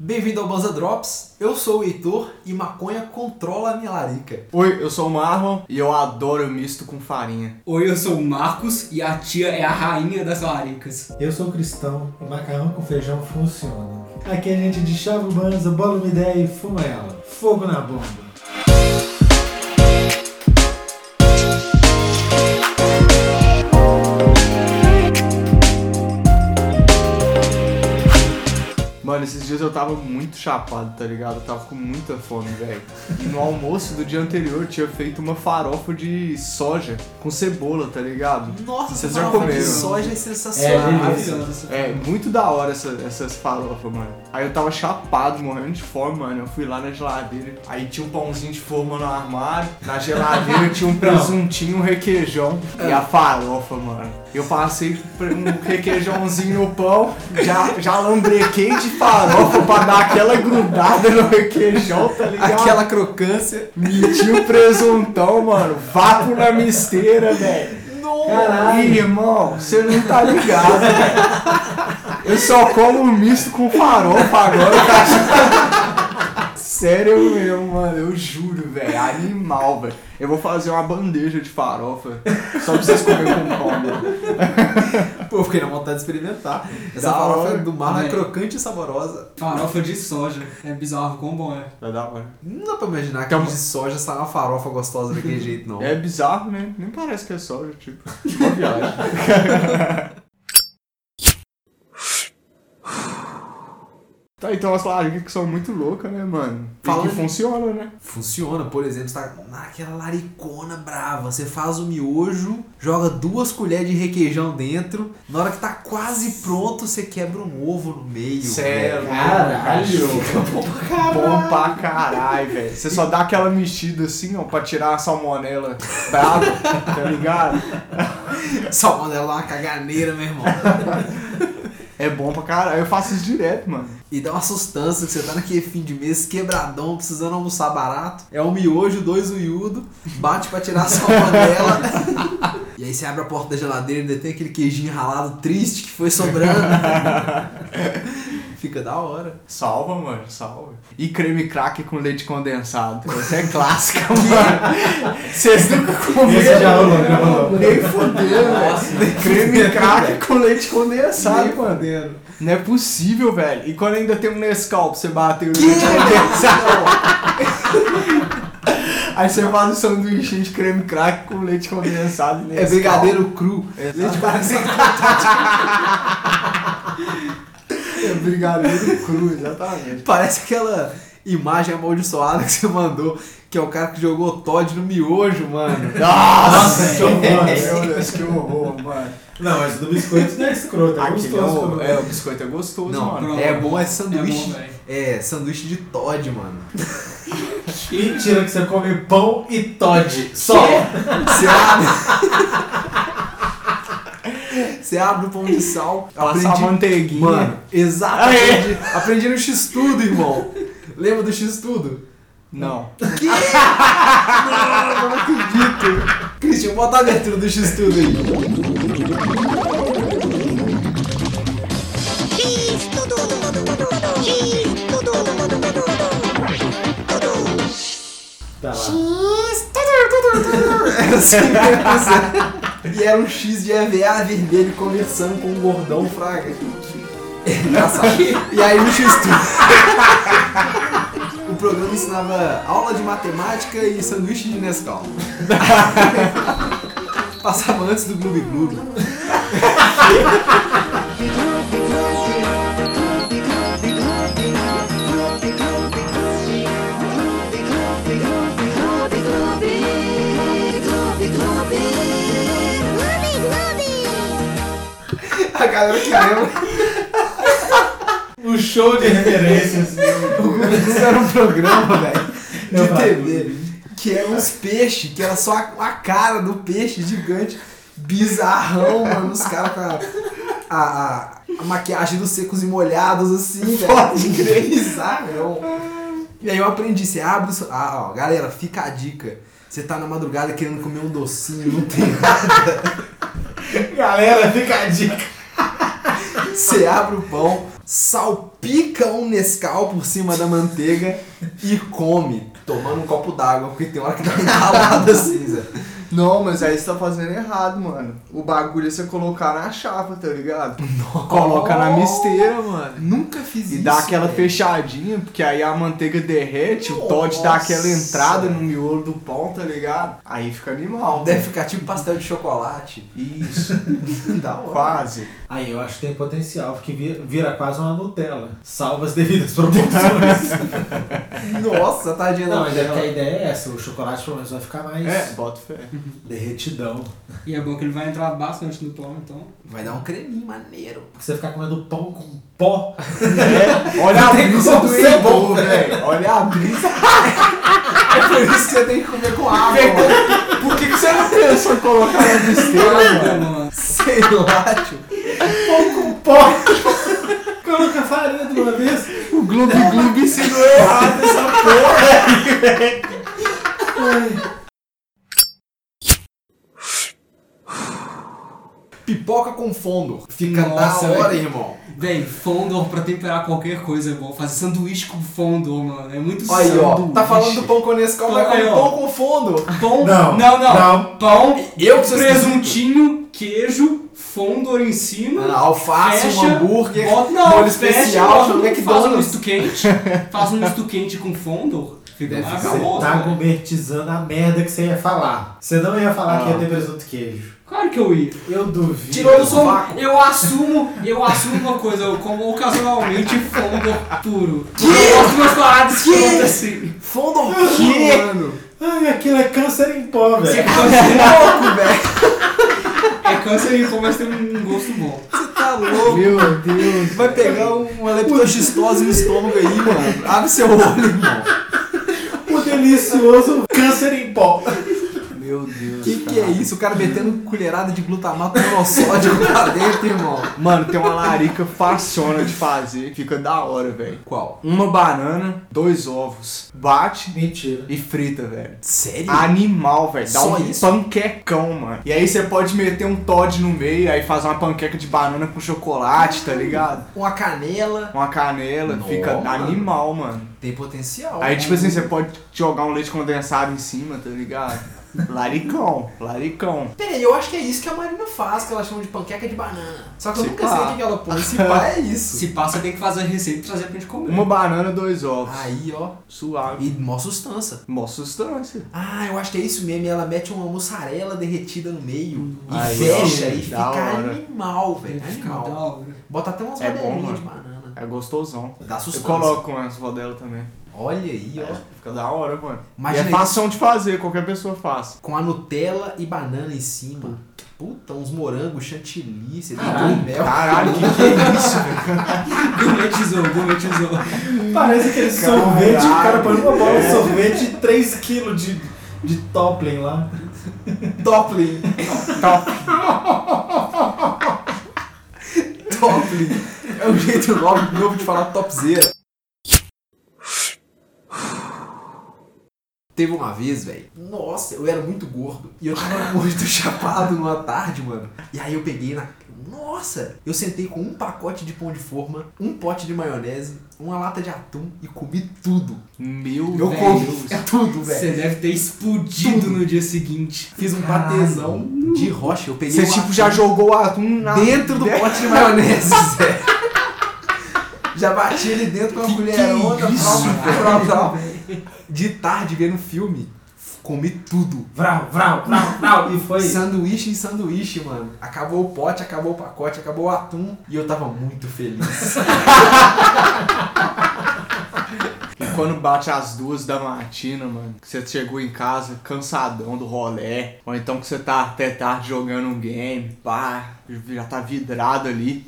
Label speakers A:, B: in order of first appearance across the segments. A: Bem-vindo ao Banza Drops, eu sou o Heitor e maconha controla a minha larica.
B: Oi, eu sou o Marlon e eu adoro misto com farinha.
C: Oi, eu sou o Marcos e a tia é a rainha das laricas.
D: Eu sou cristão e macarrão com feijão funciona. Aqui a gente deschava o banza, bola uma ideia e fuma ela. Fogo na bomba.
B: Mano, esses dias eu tava muito chapado, tá ligado? Eu tava com muita fome, velho. E no almoço do dia anterior eu tinha feito uma farofa de soja com cebola, tá ligado?
A: Nossa,
B: Vocês
A: essa
B: já
A: farofa de
B: comeram?
A: soja é sensacional.
D: É, delícia.
A: maravilhosa.
B: É, muito da hora essa- essas farofas, mano. Aí eu tava chapado, morrendo de fome, mano. Eu fui lá na geladeira, aí tinha um pãozinho de forma no armário. Na geladeira tinha um presuntinho, um requeijão e
A: É.
B: a farofa, mano. Eu passei pra- um requeijãozinho no pão, já, já lambrequei de farofa pra dar aquela grudada no requeijão, tá ligado?
A: Aquela crocância.
B: Meti o presuntão, mano. Vapo na misteira, velho. Ih, irmão, você não tá ligado, velho. Eu só como um misto com farofa agora, cara. Sério mesmo, mano, eu juro, velho. Animal, velho. Eu vou fazer uma bandeja de farofa. Só pra vocês comerem com pão, mano.
A: Pô, eu fiquei na vontade de experimentar. Essa
B: Da
A: farofa
B: hora.
A: do mar é
C: Olha.
A: crocante e saborosa.
C: Farofa de soja. É bizarro quão bom é.
B: Vai dar, mano.
A: Não dá pra imaginar que
B: Então-
A: de soja sai uma farofa gostosa daquele jeito, não.
B: É bizarro, né? Nem parece que é soja, tipo. Uma viagem. Tá, então as largas que são muito loucas, né, mano? E
A: Falando-
B: que funciona, né?
A: Funciona, por exemplo, você tá naquela laricona brava, você faz o miojo, joga duas colheres de requeijão dentro, na hora que tá quase pronto, você quebra um ovo no meio.
D: é
B: é
A: velho.
D: Caralho.
B: Bom pra caralho, velho. Você só dá aquela mexida assim, ó, pra tirar a salmonela brava, tá ligado?
A: Salmonela dá uma caganeira, meu irmão.
B: É bom pra caralho. Eu faço isso direto, mano.
A: E dá uma sustância que você tá naquele fim de mês quebradão, precisando almoçar barato. É um miojo, dois uiudo, bate pra tirar a salmonela. e aí você abre a porta da geladeira e ainda tem aquele queijinho ralado triste que foi sobrando. Fica da hora.
B: Salva, mano, salva. E creme crack com leite condensado. Essa é clássica, mano. Vocês nunca
D: Esse
B: comeram.
D: já rolou,
B: né?
D: já rolou.
B: Nem fudeu, velho. Creme crack com leite condensado,
A: Nem
B: mano.
A: fudendo.
B: Não é possível, velho. E quando ainda tem um Nescau pra você bater o
A: Que?
B: leite condensado. Aí você faz um sanduíche de creme crack com leite condensado. e
A: É
B: Nescau.
A: brigadeiro cru.
B: Exato.
A: Leite condensado.
B: É brigadeiro cru, exatamente.
A: Parece aquela imagem amaldiçoada que você mandou, que é o cara que jogou Todd no miojo, mano.
B: Nossa,
D: Nossa,
B: que horror,
D: é.
B: meu Deus, que horror, mano.
D: Não, mas o do biscoito não é escroto, é
B: Aquele
D: gostoso. como-
B: é, o- é, o biscoito é gostoso,
A: Não,
B: mano.
C: pronto.
A: é bom é
C: É bom,
A: sanduíche.
C: velho.
A: É, sanduíche de Todd, mano.
D: Mentira que você come pão e Todd. Só.
A: Você abre. Você abre o pão de sal.
B: Passar manteiguinha.
A: Mano, exato.
B: Aê!
A: Aprendi, aprendi no X-Tudo, irmão. Lembra do X-Tudo?
B: Não.
A: Que? Não, não acredito. Christian, bota a abertura do X-Tudo aí.
E: Cheese tudo, cheese
D: Tá
E: tudo,
D: lá.
E: cheese tudo,
A: Era assim mesmo. E era um X de EVA vermelho conversando com um gordão fraga. Engraçado. E aí no X-Tudo. O programa ensinava aula de matemática e sanduíche de Nescau. Passava antes do Gloob Gloob. A galera que lembra.
D: Um show de referências.
A: Isso era um programa, velho, de
D: Eu
A: TV. Que eram uns peixes, que era só a, a cara do peixe gigante, bizarrão, mano. Os caras com a, a, a- a maquiagem dos secos e molhados, assim, velho. Pode crer. Bizarrão. E aí eu aprendi, você abre o seu... Ah, ó, galera, fica a dica. Você tá na madrugada querendo comer um docinho, não tem
D: Galera, fica a dica.
A: Você abre o pão, salpica um Nescau por cima da manteiga e come, tomando um copo d'água, porque tem hora que dá enralada assim, Zé.
B: Não, mas aí você tá fazendo errado, mano. O bagulho é você colocar na chapa, tá ligado? Coloca na misteira, mano.
A: Nunca fiz
B: E
A: isso.
B: dá aquela
A: velho.
B: fechadinha, porque aí a manteiga derrete, o Todd dá aquela
A: Nossa.
B: entrada no miolo do pão, tá ligado? Aí fica animal. né?
A: Deve ficar tipo pastel de chocolate.
B: Isso,
A: da hora.
B: quase.
D: Aí eu acho que tem potencial, porque vi- vira quase uma Nutella. Salva as devidas proporções.
A: Nossa, tadinha da
D: Não, mas é
A: Nutella.
D: que a ideia é essa, o chocolate pelo menos vai ficar mais
B: É, bota fé.
D: derretidão.
C: E é bom que ele vai entrar bastante no pão, então.
A: Vai dar um creminho maneiro.
D: Porque você ficar comendo pão com pó.
B: É. Olha a
D: Tem
B: brisa
D: como
B: do
D: ser
B: Embu,
D: bom,
B: velho. Olha a brisa.
A: É por isso que você tem que comer com água, mano.
B: Por que, que você não pensou em colocar na misteira, mano?
C: Mano,
A: Sei lá, tio.
D: Coloca farinha né, de uma vez.
B: O Gloob Gloob ensinou errado essa
A: Pipoca com fondor. Fica
C: Nossa,
A: da hora,
C: velho.
A: irmão.
C: Véi, fondor pra temperar qualquer coisa é bom. Fazer sanduíche com fondor, mano. É muito
A: Aí, ó.
C: sanduíche.
A: Tá falando do pão com Nescau, vai
C: Aí,
A: comer
C: ó.
A: pão com fondor.
C: Pão?
D: Não,
C: Não, não.
D: não.
C: Pão,
A: Eu que sou
C: presuntinho, queijo, fondor em cima.
A: Ah, alface,
C: fecha,
A: um hambúrguer,
C: bota, não,
A: molho
C: fecha,
A: especial,
C: bota,
A: chama
C: faz um
A: McDonald's.
C: misto quente. Faz um misto quente com fondor. Fica
A: Deve ficar
D: Você
C: maravilhoso.
D: tá
C: velho.
D: gourmetizando a merda que você ia falar. Você não ia falar que
B: Ah.
D: ia ter presunto e queijo.
C: Claro que eu ia.
D: Eu duvido.
A: Tirou
C: Eu,
A: do
C: sou,
A: sovaco.
C: eu assumo, eu assumo uma coisa, eu como ocasionalmente fondor puro.
A: Que?
C: Eu gosto de umas paradas
A: Que?
C: escrotas assim.
A: Fondor
B: Que?
A: mano.
D: Ai, aquilo é câncer em pó,
C: Você
D: velho.
C: cansa-
A: Louco, velho.
C: É câncer e começa a ter um gosto bom.
A: Você tá louco.
B: Meu Deus.
A: Vai pegar um, uma leptoxistose no estômago aí, mano. Abre seu olho, irmão.
D: O delicioso câncer em pó.
B: Meu Deus.
A: Que que é isso? O cara metendo colherada de glutamato monossódico pra dentro, irmão.
B: Mano, tem uma larica façona de fazer. Fica da hora, velho.
A: Qual?
B: Uma banana, dois ovos. Bate
D: Mentira.
B: e frita, velho.
A: Sério?
B: Ah. Animal, velho. Dá
A: Só
B: um
A: isso?
B: panquecão, mano. E aí você pode meter um Todd no meio, aí faz uma panqueca de banana com chocolate, tá ligado?
A: Uma canela.
B: Uma canela,
A: Nó,
B: fica
A: mano.
B: animal, mano.
A: Tem potencial. né?
B: Aí, tipo assim, você pode jogar um leite condensado em cima, tá ligado? Laricão, laricão.
A: Peraí, eu acho que é isso que a Marina faz, que ela chama de panqueca de banana. Só que eu
B: Se
A: nunca
B: pá.
A: sei o que que ela põe. Se pá, é isso.
C: Se passa, tem que fazer a receita e trazer pra gente comer.
B: Uma banana, dois ovos.
A: Aí, ó.
B: Suave.
A: E mó sustância.
B: Mó sustância.
A: Ah, eu acho que é isso mesmo. E ela mete uma mussarela derretida no meio. E
B: Aí,
A: fecha
B: ó,
A: e fica
B: da hora.
A: animal,
C: Tem
A: velho.
C: que ficar da
A: Animal.
C: hora.
A: Bota até umas
B: É bom,
A: rodelinhas de
B: mano.
A: banana.
B: É gostosão.
A: Dá
B: Eu
A: sustância.
B: coloco umas rodelas também.
A: Olha aí, ó.
B: É, fica da hora, mano.
A: Imagina
B: e é fácil de fazer, qualquer pessoa faz.
A: Com a Nutella e banana em cima. Puta, uns morangos, chantilly, você tem
B: Ah,
D: Caralho.
A: mel.
B: Caralho, que que é isso?
C: Gourmetizou, gourmetizou. Hum,
D: Parece aquele
B: Caralho.
D: sorvete que o cara põe uma bola
C: É.
D: de sorvete e 3kg de, de toppling lá.
A: Toplin. Toplin. É um jeito novo, novo de falar topzera. Teve uma vez, velho. Nossa, eu era muito gordo. E eu tava muito chapado numa tarde, mano. E aí eu peguei na. Nossa! Eu sentei com um pacote de pão de forma, um pote de maionese, uma lata de atum e comi tudo.
B: Meu
A: Eu
C: Velho.
A: comi tudo, velho.
C: Você deve ter explodido no dia seguinte.
A: Fiz um patezão de rocha. Eu peguei
B: Você
A: o
B: tipo
A: atum.
B: já jogou o atum na...
A: dentro do pote de maionese, Zé. Já bati ele dentro com uma
B: Que
A: colherona.
B: que isso,
A: tal, tal, tal. De tarde, vendo filme, comi tudo.
D: Vral, vral, vral, vral. E foi.
A: Sanduíche em sanduíche, mano. Acabou o pote, acabou o pacote, acabou o atum. E eu tava muito feliz.
B: E quando bate as duas da matina, mano, que você chegou em casa cansadão do rolé, ou então que você tá até tarde jogando um game, pá, já tá vidrado ali.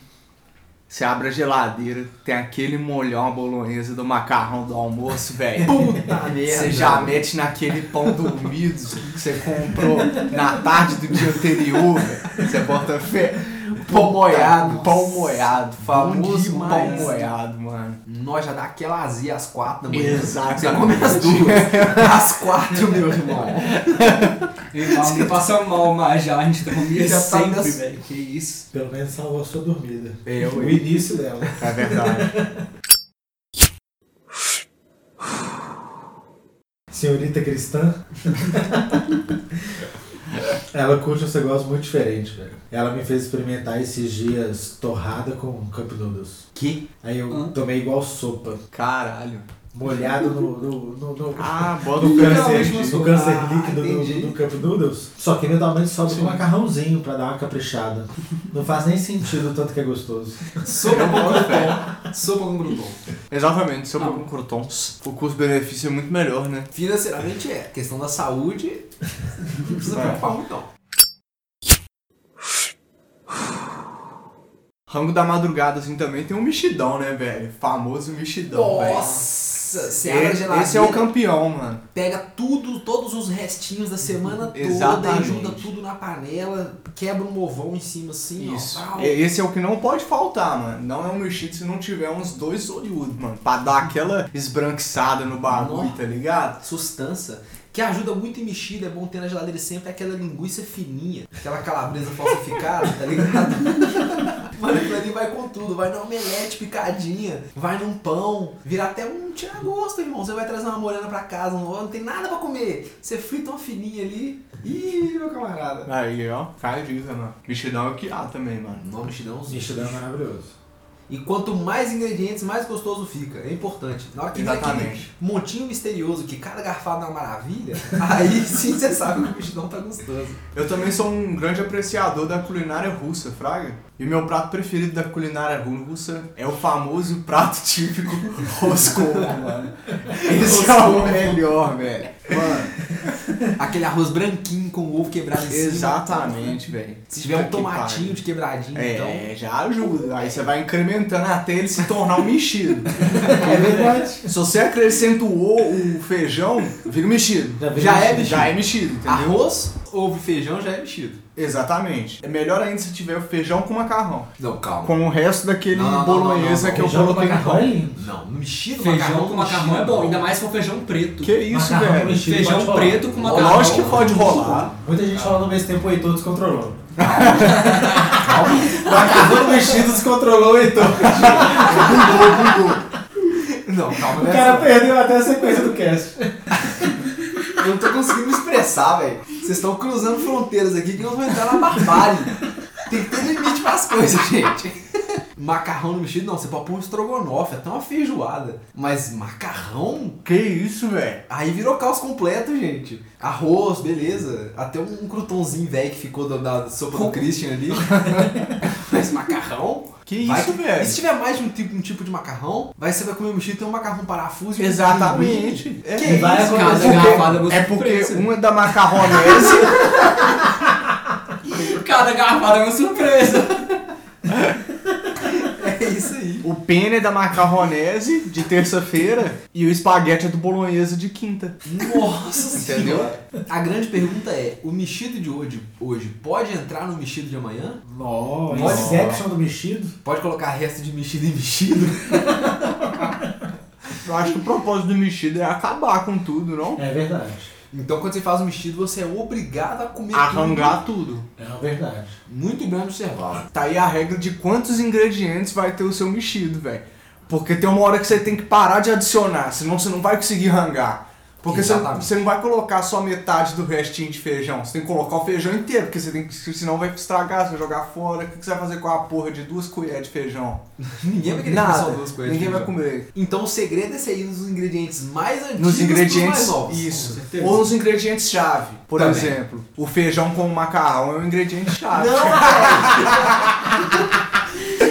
B: Você abre a geladeira, tem aquele molhão à bolonhesa do macarrão do almoço, velho.
A: Puta merda.
B: Você já mete naquele pão dormido que você comprou na tarde do dia anterior, velho. Você bota fé.
A: Pão moiado.
B: Pão moiado. Famoso
A: Bom
B: pão
A: demais.
B: moiado, mano.
A: Nós já dá aquela azia às quatro da manhã.
B: Exato.
A: Você come às duas. às quatro, meu irmão.
C: E mal, não passa mal mas já, a gente dormia
A: Já tá
C: sempre,
A: nas-
C: velho. Que isso.
D: Pelo menos salvou a sua dormida.
A: Eu,
D: o
A: hein?
D: início dela.
B: É verdade.
D: Senhorita cristã. Ela curte um negócio muito diferente, velho. Ela me fez experimentar esses dias torrada com cup noodles.
A: Que?
D: Aí eu
C: Hã?
D: tomei igual sopa.
B: Caralho.
D: Molhado no. no, no, no...
B: Ah, bota o
C: Literalmente
B: câncer.
C: uma
D: O
C: sopa.
D: câncer
B: Ah,
D: líquido
B: entendi.
D: do, do Cup Noodles. Só que eventualmente sobe com macarrãozinho pra dar uma caprichada. Não faz nem sentido o tanto que é gostoso.
A: Sopa com crouton. Sopa com crouton.
B: Exatamente, sopa
C: Não.
B: com crotons. O custo-benefício é muito melhor, né?
A: Financeiramente é. Questão da saúde, não precisa
B: É.
A: preocupar muito não.
B: Rango da madrugada, assim, também tem um mexidão, né, velho? Famoso mexidão, velho.
A: Nossa, Seara
B: Esse,
A: geladeira.
B: esse é o campeão, mano.
A: Pega tudo, todos os restinhos da semana toda e
B: Exatamente.
A: junta tudo na panela, quebra um ovão em cima assim,
B: Isso.
A: ó. pau.
B: E- Esse é o que não pode faltar, mano. Não é um mexido se não tiver uns dois olhudos, mano. Pra dar aquela esbranquiçada no bagulho,
A: Nossa.
B: tá ligado?
A: Sustância. Que ajuda muito em mexida, é bom ter na geladeira sempre é aquela linguiça fininha, aquela calabresa falsificada, tá ligado? Mano, aquilo ali vai com tudo, vai na omelete picadinha, vai num pão, vira até um tira-gosto, irmão. Você vai trazer uma morena pra casa, um não, não tem nada pra comer. Você frita uma fininha ali, ih, meu camarada.
B: Aí, ó, cai disso, mano. Mexidão é o que há também, mano.
A: Não, mexidãozinho.
D: Mexidão é maravilhoso.
A: E quanto mais ingredientes, mais gostoso fica. É importante. Na hora que vem aquele
B: Exatamente.
A: montinho misterioso que cada garfada é uma maravilha, aí sim você sabe que o mexidão tá gostoso.
B: Eu também sou um grande apreciador da culinária russa, Fraga. E meu prato preferido da culinária russa é o famoso prato típico Roscovo, mano. Esse é o melhor, velho.
A: Mano, aquele arroz branquinho com ovo quebrado em cima.
B: Exatamente, velho.
A: Se tiver um
B: Puta que
A: tomatinho
B: pariu.
A: de quebradinho, então.
B: É, já ajuda. Aí você vai incrementando até ele se tornar um mexido.
D: É verdade.
B: se você acrescenta o, ovo, o feijão, vira um mexido.
D: Já vira
A: mexido. Ah.
B: Já é mexido, entendeu?
A: Arroz, ovo e feijão já é mexido.
B: Exatamente. É melhor ainda se tiver o feijão com macarrão.
A: Não, calma.
B: Com o resto daquele
A: Não, não, não,
B: bolonhesa
A: não, não.
B: que eu
D: Feijão com
B: coloquei no
D: macarrão é
B: pão.
D: lindo.
A: Não, mexido,
C: Feijão com
A: mexido.
C: macarrão é bom, ainda mais se for feijão preto.
B: Que isso,
D: Macarrão
B: velho?
D: mexido.
C: Feijão
D: Pode rolar.
C: preto com macarrão.
B: Lógico que pode rolar.
D: Muita gente fala no mesmo tempo o Heitor descontrolou. Macarrão mexido descontrolou o Heitor.
A: Não, calma,
D: O
A: né?
B: é assim.
D: cara perdeu até a sequência do cast.
A: Eu não tô conseguindo me expressar, velho. Vocês estão cruzando fronteiras aqui que nós vamos entrar na barbárie. Tem que ter limite pras coisas, gente. Macarrão no mexido, não, você pode pôr um estrogonofe, até uma feijoada. Mas macarrão?
B: Que isso, velho?
A: Aí virou caos completo, gente. Arroz, beleza. Até um croutonzinho velho que ficou da, da sopa do Christian ali. Mas macarrão?
B: Que
A: Vai
B: isso,
A: que-
B: velho?
A: E se tiver mais de um tipo, um tipo de macarrão, vai você vai comer um mexido, tem um macarrão parafuso e um
B: Exatamente.
A: Que
B: É,
A: isso,
D: Vai
A: cara?
C: Cada
D: acontecer.
C: garrafada
B: é
C: gosta
B: porque
C: surpresa.
B: uma é da macarronese.
C: Cada garrafada é uma surpresa.
A: É isso aí.
B: o pene é da macarronese de terça-feira e o espaguete é do bolonhesa de quinta.
A: Nossa
B: Entendeu?
A: Senhora. A grande pergunta é, o mexido de hoje, hoje pode entrar no mexido de amanhã?
D: Nossa.
B: Nossa.
D: Voice action do mexido?
A: Pode colocar resto de mexido em mexido?
B: Eu acho que o propósito do mexido é acabar com tudo, não?
D: É verdade.
A: Então quando você faz o mexido, você é obrigado a comer
B: Ah, Arrancar tudo.
D: É uma verdade.
A: tudo. Muito bem observado.
B: Tá aí a regra de quantos ingredientes vai ter o seu mexido, velho. Porque tem uma hora que você tem que parar de adicionar, senão você não vai conseguir rangar. Porque você,
A: Exatamente.
B: você não vai colocar só metade do restinho de feijão. Você tem que colocar o feijão inteiro, porque você tem que, senão vai estragar, você vai jogar fora. O que que você vai fazer com a porra de duas colheres de feijão?
A: Ninguém vai querer comer
B: Nada.
A: só duas coisas.
B: Ninguém vai
A: entendeu?
B: comer.
A: Então o segredo é sair nos ingredientes mais antigos
B: Nos
A: pros mais
B: ingredientes,
A: novos.
B: isso.
A: Com certeza.
B: Ou nos ingredientes-chave. Por
A: Também.
B: exemplo, o feijão com o macarrão é um ingrediente-chave.
A: Não, velho.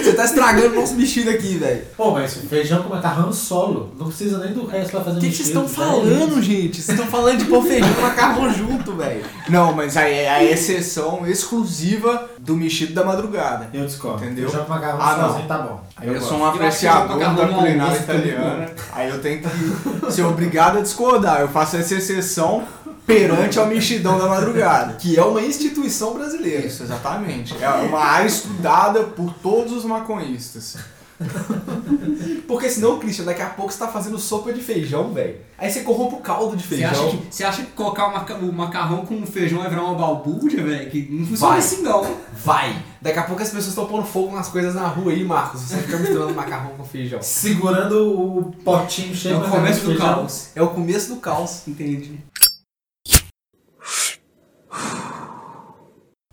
A: Você tá estragando o nosso mexido aqui, velho.
D: Pô, mas feijão com macarrão solo. Não precisa nem do resto lá fazer é
A: O que que vocês estão falando, gente? Vocês estão falando de pôr feijão e macarrão junto, velho.
B: Não, mas aí é a exceção exclusiva do mexido da madrugada.
D: Eu discordo.
B: Entendeu?
D: Feijão com macarrão
B: Ah, não.
D: sozinho tá bom.
B: Aí eu,
D: gosto.
B: sou um
C: Eu
D: assim,
C: acho que eu vou
B: apreciador
C: colocar
B: da
C: no almoço tá
B: culinária
C: também,
B: italiana. Aí eu tenho que ser obrigado a discordar. Eu faço essa exceção perante ao mexidão da madrugada.
A: Que é uma instituição brasileira.
B: Isso, exatamente. É uma área estudada por todos os maconhistas.
A: Porque senão, Christian, daqui a pouco você tá fazendo sopa de feijão, velho. Aí você corrompe o caldo de
C: Você acha,
A: feijão.
C: que, você acha que colocar o, maca- o macarrão com feijão vai virar uma balbúrdia, velho? Que não funciona
A: Vai.
C: assim não.
A: Vai! Daqui a pouco as pessoas estão pondo fogo nas coisas na rua aí, Marcos. Você fica misturando macarrão com feijão.
D: Segurando o potinho
C: É
D: cheio
C: o
D: de
C: começo do
D: feijão.
C: caos.
A: É o começo do caos.
C: Entendi.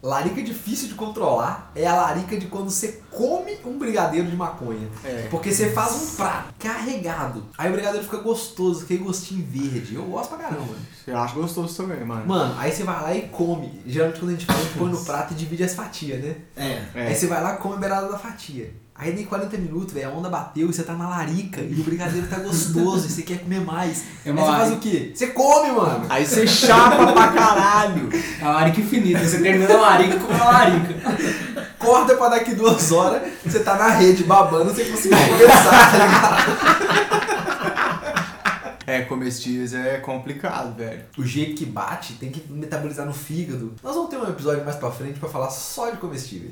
A: Larica difícil de controlar é a larica de quando você come um brigadeiro de maconha.
B: É.
A: Porque você faz um prato carregado. Aí o brigadeiro fica gostoso, aquele gostinho verde. Eu gosto pra caramba.
B: Eu acho gostoso também, mano.
A: Mano, aí você vai lá e come. Geralmente quando a gente faz, a gente põe no prato e divide as fatias, né?
D: É.
B: É.
A: Aí você vai lá e come a beirada da fatia. Aí nem 40 minutos, velho, a onda bateu e você tá na larica e o brigadeiro tá gostoso e você quer comer mais.
C: É
A: Aí
C: uma
A: você faz
C: larica,
A: o quê? Você come, mano.
B: Aí você chapa pra caralho.
C: é uma larica infinita. Você termina a larica com uma larica.
A: Acorda pra daqui duas horas, você tá na rede babando, você conseguiu começar, tá ligado?
B: É, comer esses dias é complicado, velho.
A: O jeito que bate tem que metabolizar no fígado. Nós vamos ter um episódio mais pra frente pra falar só de comestível.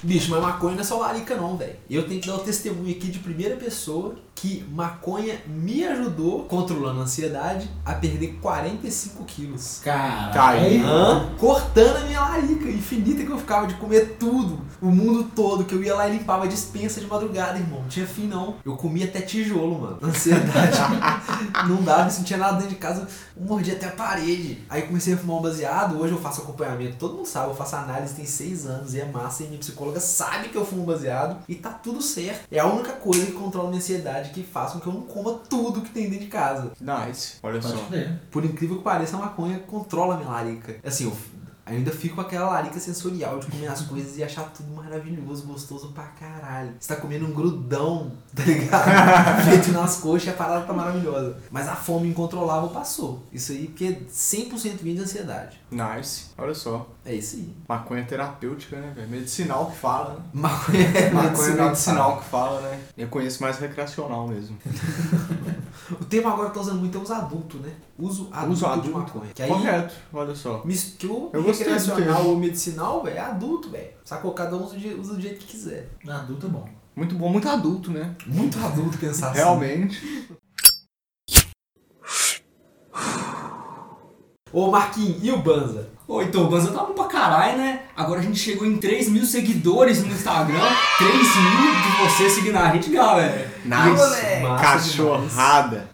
A: Bicho, mas maconha não é só larica não, velho. Eu tenho que dar o testemunho aqui de primeira pessoa que maconha me ajudou, controlando a ansiedade, a perder 45 quilos.
D: Cara.
B: Caiu.
A: Hã? Cortando a minha larica infinita que eu ficava de comer tudo, o mundo todo, que eu ia lá e limpava a dispensa de madrugada, irmão. Não tinha fim, não. Eu comia até tijolo, mano. Ansiedade. não dava, não sentia nada dentro de casa. Eu mordia até a parede. Aí comecei a fumar um baseado. Hoje eu faço acompanhamento. Todo mundo sabe, eu faço análise tem seis anos e é massa. E minha psicóloga sabe que eu fumo um baseado e tá tudo certo. É a única coisa que controla minha ansiedade, que faz com que eu não coma tudo que tem dentro de casa.
B: Nice. Olha
D: Pode
B: só.
D: crer.
A: Por incrível que pareça, a maconha controla a minha larica. Assim, eu f- ainda fico com aquela larica sensorial de comer as coisas e achar tudo maravilhoso, gostoso pra caralho. Você tá comendo um grudão, tá ligado? Feito nas coxas e a parada tá maravilhosa. Mas a fome incontrolável passou. Isso aí porque é 100% vinha de ansiedade.
B: Nice. Olha só.
A: É isso aí.
B: Maconha terapêutica, né, velho? Medicinal que fala, né?
A: Maconha é
B: Maconha
A: medicinal.
B: medicinal que fala, né? Eu conheço mais recreacional mesmo.
A: O termo agora que tá usando muito é uso adulto, né? Uso adulto,
B: Uso
A: de
B: adulto.
A: maconha. Que aí
B: Correto. Olha só.
A: misturou
B: Eu gostei do
A: recreacional
B: termo.
A: ou medicinal, velho, é adulto, velho. Sacou? Cada um usa de- usa do jeito que quiser.
D: Na adulta é bom.
B: Muito bom, muito adulto, né?
A: Muito adulto pensar assim.
B: Realmente.
A: Ô Marquinhos, e o Banza?
C: Ô, então, o Banza tá bom pra caralho, né? Agora a gente chegou em 3 mil seguidores no Instagram. 3 mil de você seguindo a gente, galera.
A: Moleque. Massa
B: Ah, Cachorrada.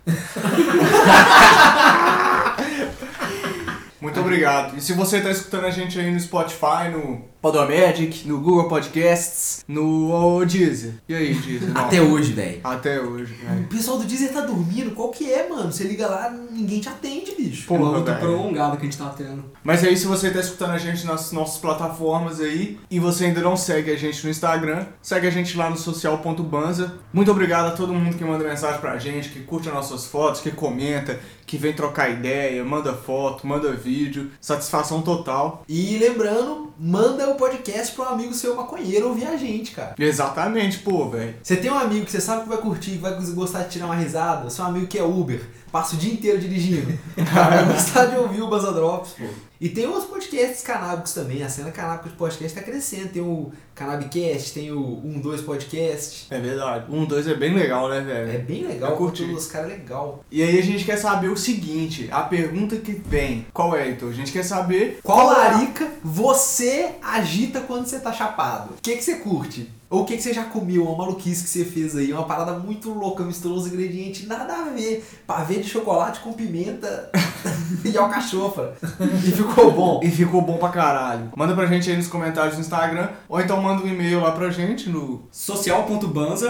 B: Muito obrigado. E se você tá escutando a gente aí no Spotify, no Podomagic, no Google Podcasts, no ô, Deezer. E aí, Deezer? Não.
A: hoje, velho.
B: Até hoje, né?
A: O
B: velho.
A: pessoal do Deezer tá dormindo, qual que é, mano? Você liga lá, ninguém te atende, bicho.
C: É uma
B: Porra,
C: luta
B: velho.
C: prolongada que a gente tá tendo.
B: Mas aí, se você tá escutando a gente nas nossas plataformas aí e você ainda não segue a gente no Instagram, segue a gente lá no social.banza. Muito obrigado a todo mundo que manda mensagem pra gente, que curte as nossas fotos, que comenta, que vem trocar ideia, manda foto, manda vídeo. Satisfação total.
A: E lembrando, manda o podcast pra um amigo seu maconheiro ouvir a gente, cara.
B: Exatamente, pô, velho.
A: Você tem um amigo que você sabe que vai curtir, que vai gostar de tirar uma risada, seu amigo que é Uber, passa o dia inteiro dirigindo, vai gostar de ouvir o Banza Drops, pô. E tem outros podcasts canábicos também, a cena canábica de podcast tá crescendo, tem o Cannabicast, tem o 12 Podcast,
B: É verdade. Um, dois é bem legal, né, velho?
A: É bem legal,
B: Eu
A: o
B: curti.
A: conteúdo dos caras é legal.
B: E aí a gente quer saber o seguinte, a pergunta que vem, qual é, então? A gente quer saber
A: Qual
B: é a-
A: larica você agita quando você tá chapado? O que, que você curte? Ou o que, que você já comeu? Uma maluquice que você fez aí, uma parada muito louca, misturou os ingredientes, nada a ver. Pavê de chocolate com pimenta e alcachofra. E ficou bom.
B: E ficou bom pra caralho. Manda pra gente aí nos comentários no Instagram, ou então manda um e-mail lá pra gente no.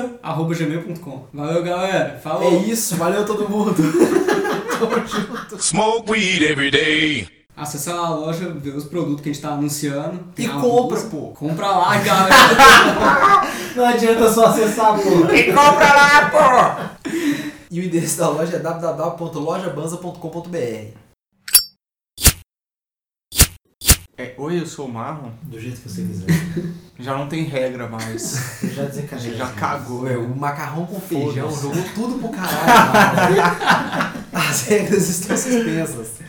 C: social.banza.gmail.com Valeu, galera. Falou.
A: É isso, valeu todo mundo.
F: Smoke weed every day.
C: Acessar a loja, ver os produtos que a gente tá anunciando. Tem
A: E
C: a
A: compra,
C: blusa.
A: pô.
C: Compra lá, galera.
D: Não adianta só acessar a porra.
A: E o endereço da loja é www.lojabanza.com.br.
B: É, Oi, eu sou o Marlon.
D: Do jeito que você quiser.
B: Já não tem regra mais.
D: Eu já desencanei.
B: Já
D: aqui.
B: cagou.
A: Ué, o é um macarrão com feijão
B: Foda-se.
A: jogou tudo pro caralho. mano. As regras estão suspensas.